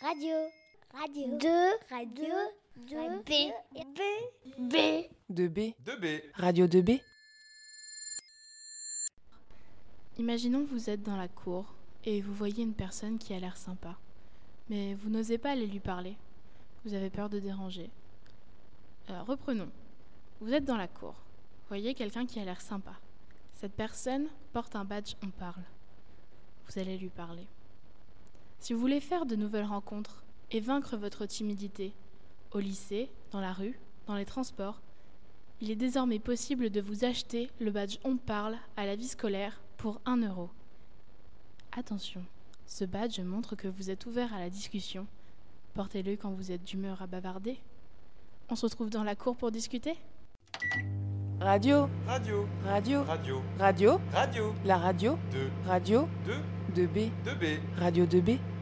Radio. Radio. De. Radio. De. B. B. B. 2B, 2B. Radio 2B. Imaginons que vous êtes dans la cour et vous voyez une personne qui a l'air sympa. Mais vous n'osez pas aller lui parler. Vous avez peur de déranger. Euh, reprenons. Vous êtes dans la cour. Vous voyez quelqu'un qui a l'air sympa. Cette personne porte un badge On parle. Vous allez lui parler. Si vous voulez faire de nouvelles rencontres et vaincre votre timidité, au lycée, dans la rue, dans les transports, il est désormais possible de vous acheter le badge On parle à la vie scolaire pour 1 euro. Attention, ce badge montre que vous êtes ouvert à la discussion. Portez-le quand vous êtes d'humeur à bavarder. On se retrouve dans la cour pour discuter Radio, Radio. radio, Radio. radio, Radio. la radio, 2. radio 2. 2B, 2B. radio 2B.